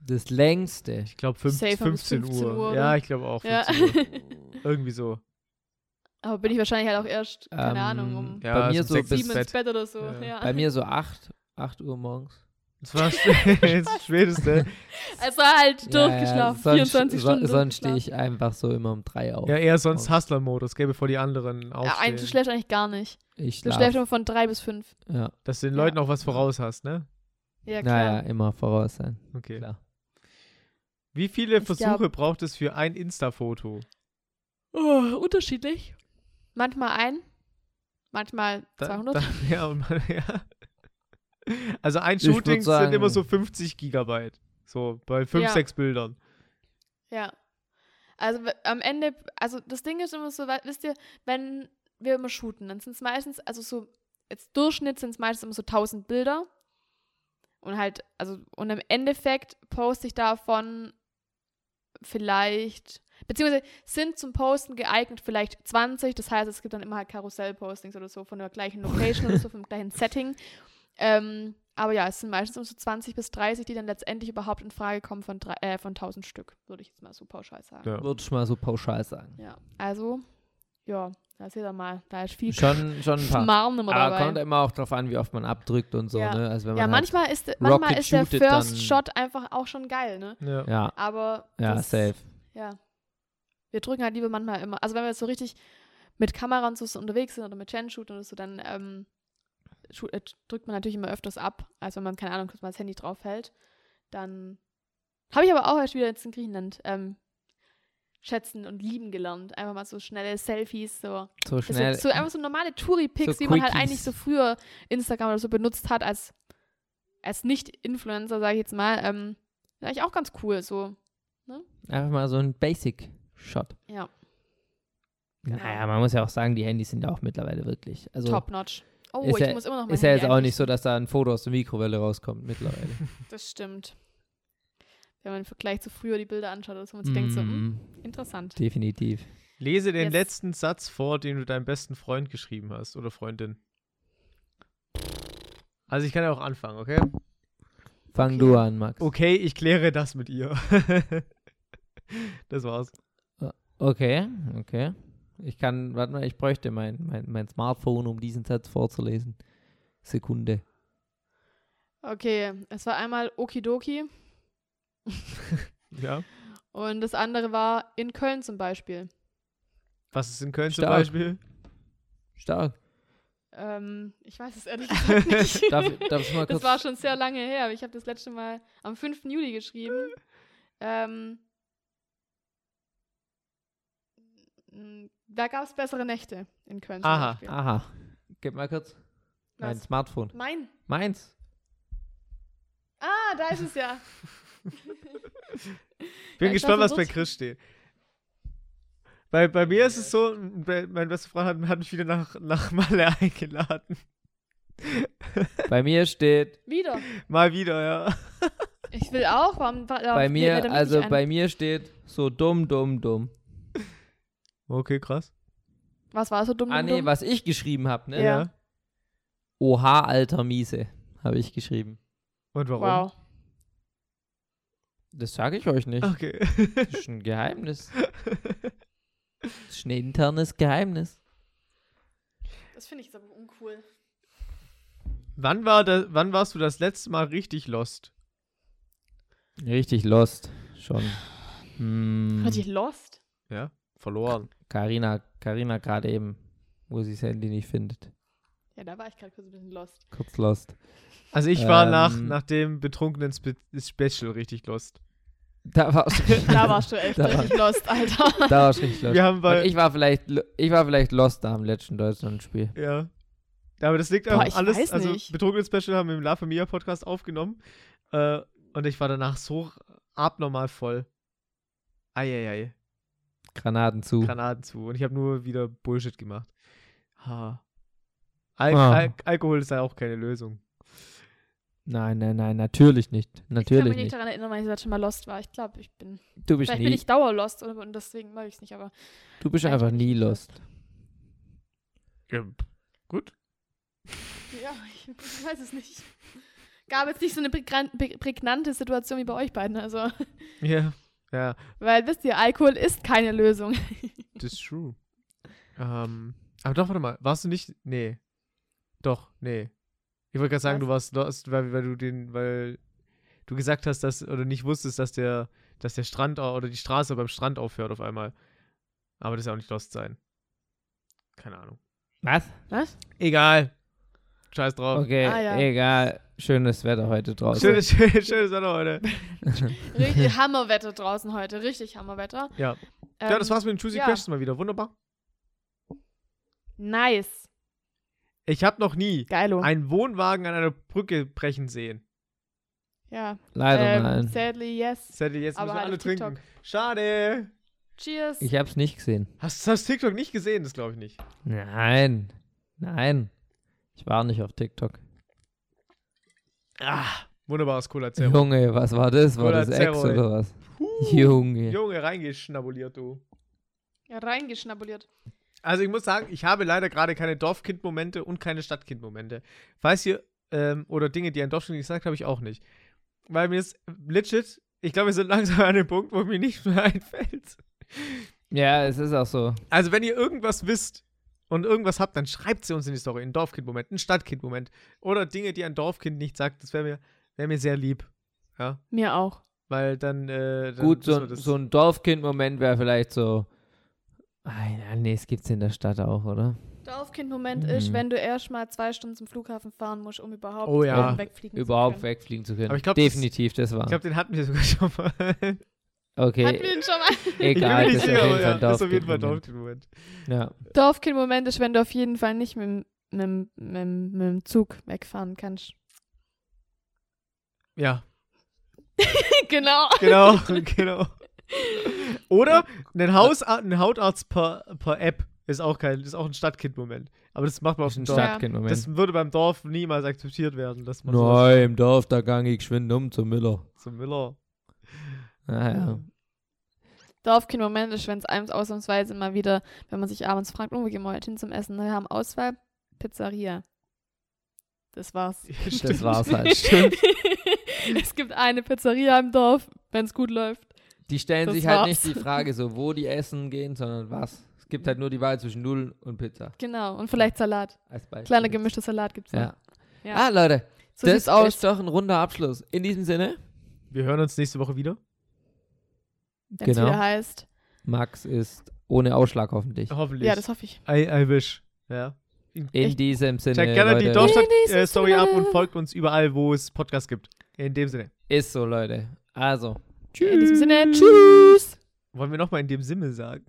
Speaker 1: Das längste.
Speaker 2: Ich glaube fünf,
Speaker 4: Safe
Speaker 2: 15,
Speaker 4: haben bis 15
Speaker 2: Uhr.
Speaker 4: Uhr, oder?
Speaker 2: Ja, ich glaube auch.
Speaker 4: Ja.
Speaker 2: 15 Uhr. Irgendwie so.
Speaker 4: Aber bin ich wahrscheinlich halt auch erst, keine
Speaker 1: Ähm,
Speaker 4: Ahnung, um
Speaker 2: Ja,
Speaker 1: Bei
Speaker 2: ist
Speaker 1: mir
Speaker 2: um
Speaker 1: so
Speaker 2: sechs
Speaker 1: bis
Speaker 4: sieben ins Bett oder so.
Speaker 2: Ja.
Speaker 4: Ja.
Speaker 1: Bei mir so 8, 8 Uhr morgens.
Speaker 2: Das war spät, das späteste.
Speaker 4: Es war halt
Speaker 1: Ja, ja,
Speaker 4: durchgeschlafen,
Speaker 1: sonst-
Speaker 4: 24
Speaker 1: so-
Speaker 4: Stunden.
Speaker 1: Sonst stehe
Speaker 4: durchgeschlafen.
Speaker 1: ich einfach so immer um 3 auf.
Speaker 2: Ja, eher sonst Hustler-Modus, gäbe vor die anderen
Speaker 4: Ja,
Speaker 2: aufstehen.
Speaker 4: ein, du schläfst eigentlich gar nicht.
Speaker 1: Ich
Speaker 4: Du
Speaker 1: schlaf.
Speaker 4: schläfst immer von drei bis fünf.
Speaker 1: Ja,
Speaker 2: Dass du den
Speaker 4: Ja.
Speaker 2: Leuten auch was voraus hast, ne?
Speaker 4: Ja, klar.
Speaker 1: naja, immer voraus sein.
Speaker 2: Okay.
Speaker 1: Klar.
Speaker 2: Wie viele
Speaker 4: Ich glaub-
Speaker 2: Versuche braucht es für ein Insta-Foto?
Speaker 4: Oh, unterschiedlich. Manchmal ein, Manchmal
Speaker 2: Da-
Speaker 4: 200.
Speaker 2: Da, ja, und man, ja. Also ein
Speaker 1: Ich würd
Speaker 2: Shooting sind
Speaker 1: sagen-
Speaker 2: immer so 50 Gigabyte. So bei 5,
Speaker 4: Ja.
Speaker 2: 6 Bildern.
Speaker 4: Ja. Also w- am Ende, also das Ding ist immer so, wa- wisst ihr, wenn wir immer shooten, dann sind es meistens, also so, jetzt Durchschnitt sind es meistens immer so 1000 Bilder. Und halt, also, und im Endeffekt poste ich davon vielleicht, beziehungsweise sind zum Posten geeignet vielleicht 20, das heißt, es gibt dann immer halt Karussell-Postings oder so von der gleichen Location oder so, vom gleichen Setting. Ähm, aber ja, es sind meistens immer so 20 bis 30, die dann letztendlich überhaupt in Frage kommen von, drei, äh, von 1000 Stück, würde ich jetzt mal so pauschal sagen.
Speaker 2: Ja.
Speaker 1: Würde ich mal so pauschal sagen.
Speaker 4: Ja, also, ja, da seht ihr mal, da ist viel
Speaker 1: Schon, schon ein paar. Ah,
Speaker 4: Schmarrn immer
Speaker 1: Aber
Speaker 4: dabei.
Speaker 1: kommt immer auch drauf an, wie oft man abdrückt und so,
Speaker 4: Ja.
Speaker 1: ne? Also wenn
Speaker 4: ja,
Speaker 1: man halt,
Speaker 4: manchmal ist, manchmal
Speaker 1: Rocket
Speaker 4: ist der
Speaker 1: shootet, dann-
Speaker 4: First Shot einfach auch schon geil, ne?
Speaker 2: Ja.
Speaker 1: ja,
Speaker 4: Aber
Speaker 1: ja,
Speaker 4: das,
Speaker 1: safe.
Speaker 4: Ja. Wir drücken halt lieber manchmal immer. Also wenn wir jetzt so richtig mit Kamera und so so unterwegs sind oder mit Chen shooten oder so, dann ähm, schu- äh, drückt man natürlich immer öfters ab, als wenn man, keine Ahnung, kurz mal das Handy draufhält. Dann habe ich aber auch erst wieder jetzt in Griechenland ähm, schätzen und lieben gelernt. Einfach mal so schnelle Selfies, so.
Speaker 1: So
Speaker 4: Das
Speaker 1: schnell.
Speaker 4: sind so einfach so normale Touri-Pics,
Speaker 1: So
Speaker 4: wie man halt
Speaker 1: Quickies.
Speaker 4: eigentlich so früher Instagram oder so benutzt hat als, als Nicht-Influencer, sage ich jetzt mal. Ähm, eigentlich auch ganz cool, so.
Speaker 1: Einfach mal so ein Basic-Shot.
Speaker 4: Ja. Genau.
Speaker 1: Naja, man muss ja auch sagen, die Handys sind ja auch mittlerweile wirklich. Also
Speaker 4: Top-notch. Oh,
Speaker 1: ist
Speaker 4: ich
Speaker 1: ja-
Speaker 4: muss immer noch mal
Speaker 1: ist ja jetzt auch nicht so, dass da ein Foto aus der Mikrowelle rauskommt mittlerweile.
Speaker 4: Das stimmt. Wenn man im Vergleich zu früher die Bilder anschaut, dass man sich denkt so, hm,
Speaker 1: Mhm,
Speaker 4: interessant.
Speaker 1: definitiv.
Speaker 2: Lese den
Speaker 4: Yes.
Speaker 2: letzten Satz vor, den du deinem besten Freund geschrieben hast oder Freundin. Also ich kann ja auch anfangen, okay?
Speaker 1: Fang
Speaker 4: Okay.
Speaker 1: du an, Max.
Speaker 2: Okay, ich kläre das mit ihr. das war's.
Speaker 1: Okay, okay. Ich kann, warte mal, ich bräuchte mein, mein, mein Smartphone, um diesen Satz vorzulesen. Sekunde.
Speaker 4: Okay, es war einmal Okidoki
Speaker 2: Ja.
Speaker 4: und das andere war in Köln zum Beispiel.
Speaker 2: Was ist in Köln zum
Speaker 1: Stark.
Speaker 2: Beispiel?
Speaker 1: Stark.
Speaker 4: Ähm, ich weiß es ehrlich gesagt nicht.
Speaker 1: Darf, darf ich mal kurz.
Speaker 4: das war schon sehr lange her. aber Ich habe das letzte Mal am 5. Juli geschrieben. Ähm, m, mm, da gab es bessere Nächte in Köln zum
Speaker 2: Aha,
Speaker 4: Beispiel.
Speaker 1: Aha. Ah, Gib mal kurz. Mein
Speaker 4: Was?
Speaker 1: Smartphone.
Speaker 4: Mein.
Speaker 1: Meins.
Speaker 4: Ah, da ist es ja.
Speaker 2: Ich bin
Speaker 4: Ja, ich
Speaker 2: gespannt,
Speaker 4: war
Speaker 2: was bei
Speaker 4: verwirrt.
Speaker 2: Chris steht. Bei, bei mir ist es so, m- bei- mein bester Freund hat, hat mich wieder nach, nach Malle eingeladen.
Speaker 1: Bei mir steht.
Speaker 4: Wieder.
Speaker 2: Mal wieder, ja.
Speaker 4: Ich will auch. Warum, wa- warum
Speaker 1: bei
Speaker 4: fällt
Speaker 1: mir,
Speaker 4: der mich
Speaker 1: also
Speaker 4: nicht ein?
Speaker 1: bei mir steht so dumm, dumm, dumm.
Speaker 2: Okay, krass.
Speaker 4: Was war so dumm?
Speaker 1: Ah,
Speaker 4: dumm,
Speaker 1: nee,
Speaker 4: dumm?
Speaker 1: was ich geschrieben habe, ne?
Speaker 4: Ja.
Speaker 1: Oha, alter Miese, habe ich geschrieben.
Speaker 2: Und warum?
Speaker 4: Wow.
Speaker 1: Das sage ich euch
Speaker 4: Ah.
Speaker 1: nicht.
Speaker 2: Okay.
Speaker 1: Das ist ein Geheimnis. Das ist ein internes Geheimnis.
Speaker 4: Das finde ich jetzt aber uncool.
Speaker 2: wann, war da, wann warst du das letzte Mal richtig lost?
Speaker 1: Richtig lost. Schon. Hm,
Speaker 4: Hat ich lost?
Speaker 2: Ja, verloren.
Speaker 1: Carina, Carina gerade eben, wo sie das Handy nicht findet.
Speaker 4: Ja, da war ich gerade kurz ein bisschen lost.
Speaker 1: Kurz lost.
Speaker 2: Also ich war
Speaker 1: Ähm.
Speaker 2: nach, nach dem betrunkenen Spe Special richtig lost.
Speaker 1: Da war
Speaker 4: Da warst du echt
Speaker 1: Da war-
Speaker 4: richtig lost, Alter.
Speaker 1: da war's richtig lost.
Speaker 2: Wir haben
Speaker 1: Und
Speaker 2: bei,
Speaker 1: ich war vielleicht lo- ich war vielleicht lost am letzten Deutschlandspiel.
Speaker 2: Ja. Ja, Aber das liegt
Speaker 4: Boah,
Speaker 2: auch
Speaker 4: ich
Speaker 2: alles.
Speaker 4: weiß
Speaker 2: Also,
Speaker 4: nicht.
Speaker 2: Betrunkene Special haben wir im La Familia Podcast aufgenommen. Äh, und ich war danach so abnormal voll. Eieiei.
Speaker 1: Granaten zu.
Speaker 2: Granaten zu. Und ich habe nur wieder Bullshit gemacht. Ha. Al
Speaker 1: Ah.
Speaker 2: Al Alkohol ist ja auch keine Lösung.
Speaker 1: Nein, nein, nein, natürlich nicht.
Speaker 4: Ich kann mich
Speaker 1: Natürlich
Speaker 4: nicht
Speaker 1: nicht.
Speaker 4: daran erinnern, weil ich das schon mal lost war. Ich glaube, ich bin.
Speaker 1: Du bist
Speaker 4: vielleicht
Speaker 1: nie,
Speaker 4: bin ich dauerlost und, und deswegen mag ich es nicht, aber.
Speaker 1: du bist
Speaker 4: vielleicht
Speaker 1: einfach
Speaker 4: bin ich
Speaker 1: nie
Speaker 4: nicht
Speaker 1: lost.
Speaker 2: gut.
Speaker 4: Ja, ich, ich weiß es nicht. Gab jetzt nicht so eine prägran- prä- prägnante Situation wie bei euch beiden. Also,
Speaker 2: Ja. Ja,
Speaker 4: weil wisst ihr, Alkohol ist keine Lösung.
Speaker 2: das ist true. ähm, aber doch, warte mal. Warst du nicht. Nee. Doch, nee. Ich wollte gerade sagen,
Speaker 4: Was?
Speaker 2: du warst lost, weil, weil du den. Weil du gesagt hast, dass. Oder nicht wusstest, dass der. Dass der Strand. au- Oder die Straße beim Strand aufhört auf einmal. Aber das ist ja auch nicht lost sein. Keine Ahnung.
Speaker 1: Was?
Speaker 4: Was?
Speaker 2: Egal. Scheiß drauf.
Speaker 1: Okay,
Speaker 4: Ah, ja.
Speaker 1: egal. Schönes Wetter heute draußen.
Speaker 2: Schönes, schönes, schönes Wetter heute.
Speaker 4: Richtig Hammerwetter draußen heute. Richtig Hammerwetter.
Speaker 2: Ja.
Speaker 4: Ähm,
Speaker 2: ja, das war's mit den Choosy
Speaker 4: ja.
Speaker 2: Questions mal wieder. Wunderbar.
Speaker 4: Nice.
Speaker 2: Ich habe noch nie
Speaker 4: Geilo.
Speaker 2: einen Wohnwagen an einer Brücke brechen sehen.
Speaker 4: ja.
Speaker 1: Leider
Speaker 4: ähm,
Speaker 1: nein.
Speaker 4: Sadly, yes.
Speaker 2: Das hätte jetzt
Speaker 4: Aber
Speaker 2: müssen
Speaker 4: halt
Speaker 2: alle
Speaker 4: auf TikTok.
Speaker 2: trinken. Schade.
Speaker 4: Cheers.
Speaker 1: Ich hab's nicht gesehen.
Speaker 2: Hast du das TikTok nicht gesehen? Das glaube ich nicht.
Speaker 1: Nein. Nein. Ich war nicht auf TikTok.
Speaker 2: Ah, wunderbares Cola Zero.
Speaker 1: Junge, was war das? War
Speaker 2: Cola
Speaker 1: das Ex
Speaker 2: Zero, ey.
Speaker 1: oder was?
Speaker 2: Huh.
Speaker 1: Junge.
Speaker 2: Junge, reingeschnabuliert, du.
Speaker 4: Ja, reingeschnabuliert.
Speaker 2: Also ich muss sagen, ich habe leider gerade keine Dorfkind-Momente und keine Stadtkind-Momente. Falls ihr, ähm, oder Dinge, die ein Dorfkind gesagt habe ich auch nicht. Weil mir ist legit, ich glaube, wir sind langsam an dem Punkt, wo mir nichts mehr einfällt.
Speaker 1: Ja, es ist auch so.
Speaker 2: Also wenn ihr irgendwas wisst und irgendwas habt, dann schreibt sie uns in die Story. Ein Dorfkind-Moment, ein Stadtkind-Moment. Oder Dinge, die ein Dorfkind nicht sagt, das wäre mir, wär mir sehr lieb. Ja,
Speaker 4: Mir auch.
Speaker 2: weil dann, äh, dann
Speaker 1: Gut,
Speaker 2: wissen wir
Speaker 1: so,
Speaker 2: das.
Speaker 1: so ein Dorfkind-Moment wäre vielleicht so. Ah, ja, nee, es gibt's in der Stadt auch, oder?
Speaker 4: Dorfkind-Moment
Speaker 1: Mhm.
Speaker 4: ist, wenn du erst mal zwei Stunden zum Flughafen fahren musst, um überhaupt
Speaker 2: Oh ja.
Speaker 4: ähm, wegfliegen
Speaker 1: Überhaupt
Speaker 4: zu können.
Speaker 1: wegfliegen zu können.
Speaker 2: Aber ich glaub, das-
Speaker 1: Definitiv, das, war.
Speaker 2: ich glaube, den hatten wir sogar schon mal.
Speaker 4: Hatten wir
Speaker 1: okay,
Speaker 4: den schon mal?
Speaker 1: egal. das ist
Speaker 2: ich bin mir nicht sicher,
Speaker 1: auf
Speaker 2: aber
Speaker 1: jeden
Speaker 2: ja,
Speaker 1: Fall
Speaker 2: das ist auf jeden Fall ein
Speaker 1: Dorfkind-Moment.
Speaker 2: Dorfkind-Moment.
Speaker 1: Ja.
Speaker 4: Dorfkind-Moment ist, wenn du auf jeden Fall nicht mit, mit, mit, mit dem Zug wegfahren kannst.
Speaker 2: Ja,
Speaker 4: genau.
Speaker 2: genau, genau. Oder ein, Haus, ein Hautarzt per, per App ist auch kein, ist auch ein Stadtkind-Moment. Aber das macht man auf
Speaker 1: Das ist
Speaker 2: dem
Speaker 1: ein
Speaker 2: Dorf.
Speaker 1: Stadtkind-Moment.
Speaker 2: Das würde beim Dorf niemals akzeptiert werden, dass man sowas
Speaker 1: Nein, im Dorf, da gang ich geschwind um zum Miller.
Speaker 2: zum Miller.
Speaker 1: Ah, Naja.
Speaker 4: Dorfkind-Moment ist, wenn es einem ausnahmsweise mal wieder, wenn man sich abends fragt, oh, wir gehen mal heute hin zum Essen, wir haben Auswahl, Pizzeria. Das war's.
Speaker 1: Das war's halt.
Speaker 2: Stimmt.
Speaker 4: es gibt eine Pizzeria im Dorf, wenn es gut läuft.
Speaker 1: Die stellen
Speaker 4: Das
Speaker 1: sich halt
Speaker 4: war's.
Speaker 1: nicht die Frage, so wo die essen gehen, sondern was. Es gibt halt nur die Wahl zwischen Nudeln und Pizza.
Speaker 4: Genau. Und vielleicht Salat.
Speaker 1: Als Beispiel.
Speaker 4: Kleiner
Speaker 1: jetzt.
Speaker 4: gemischter Salat gibt's noch.
Speaker 1: Ja.
Speaker 4: Ja.
Speaker 1: Ah, Leute,
Speaker 4: So
Speaker 1: das
Speaker 4: sieht's aus.
Speaker 1: ist doch ein runder Abschluss. In diesem Sinne,
Speaker 2: Wir hören uns nächste Woche wieder.
Speaker 4: Wenn's
Speaker 1: genau.
Speaker 4: wieder heißt.
Speaker 1: Max ist ohne Ausschlag hoffentlich.
Speaker 4: Oh,
Speaker 2: Hoffentlich.
Speaker 4: Ja, das hoffe ich.
Speaker 2: I, I wish. Ja.
Speaker 1: In
Speaker 4: Ich-
Speaker 1: diesem Sinne,
Speaker 2: Checkt gerne die
Speaker 1: Leute,
Speaker 4: Wenigstens
Speaker 2: Dorfstadt-Story ab
Speaker 4: wieder.
Speaker 2: und folgt uns überall, wo es Podcasts gibt. In dem Sinne.
Speaker 1: ist so, Leute. Also,
Speaker 4: In diesem Sinne, tschüss.
Speaker 2: Wollen wir nochmal in dem Sinne sagen?